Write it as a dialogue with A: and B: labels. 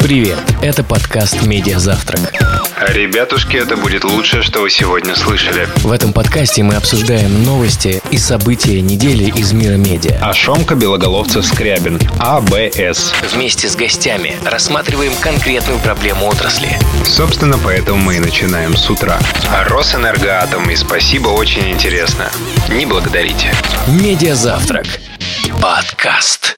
A: Привет, это подкаст «Медиа Завтрак».
B: Ребятушки, это будет лучшее, что вы сегодня слышали.
A: В этом подкасте мы обсуждаем новости и события недели из мира медиа.
B: Ашомка Белоголовцев Скрябин. А АБС.
A: Вместе с гостями рассматриваем конкретную проблему отрасли.
B: Собственно, поэтому мы и начинаем с утра. Росэнергоатом и спасибо, очень интересно. Не благодарите.
A: «Медиа Завтрак» подкаст.